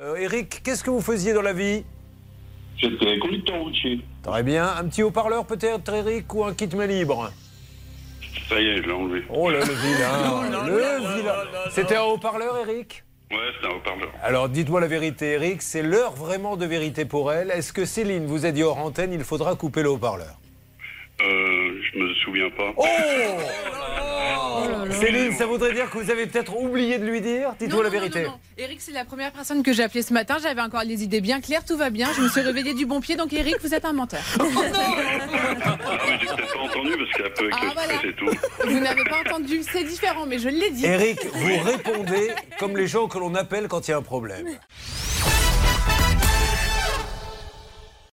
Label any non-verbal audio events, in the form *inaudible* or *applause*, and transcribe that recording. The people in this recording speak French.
Euh, Eric, qu'est-ce que vous faisiez dans la vie J'étais conducteur routier. Très bien. Un petit haut-parleur peut-être, Eric, ou un kit main libre Ça y est, je l'ai enlevé. Oh *laughs* là, le vilain Non, non, Le non, non, vilain non, non, C'était un haut-parleur, Eric Ouais, c'est un haut-parleur. Alors, dites-moi la vérité, Eric, c'est l'heure vraiment de vérité pour elle. Est-ce que Céline vous a dit hors antenne, il faudra couper le haut-parleur Euh, je me souviens pas. Oh Oh Céline, ça voudrait dire que vous avez peut-être oublié de lui dire Dites-moi Non, la non, non, vérité. non, non. Eric, c'est la première personne que j'ai appelée ce matin. J'avais encore les idées bien claires, tout va bien. Je me suis réveillée du bon pied, donc Eric, vous êtes un menteur. Ah, mais j'ai peut-être pas entendu parce qu'un peu avec Ah, le stress voilà. et tout. Vous n'avez pas entendu, c'est différent, mais je l'ai dit. Eric, vous répondez comme les gens que l'on appelle quand il y a un problème.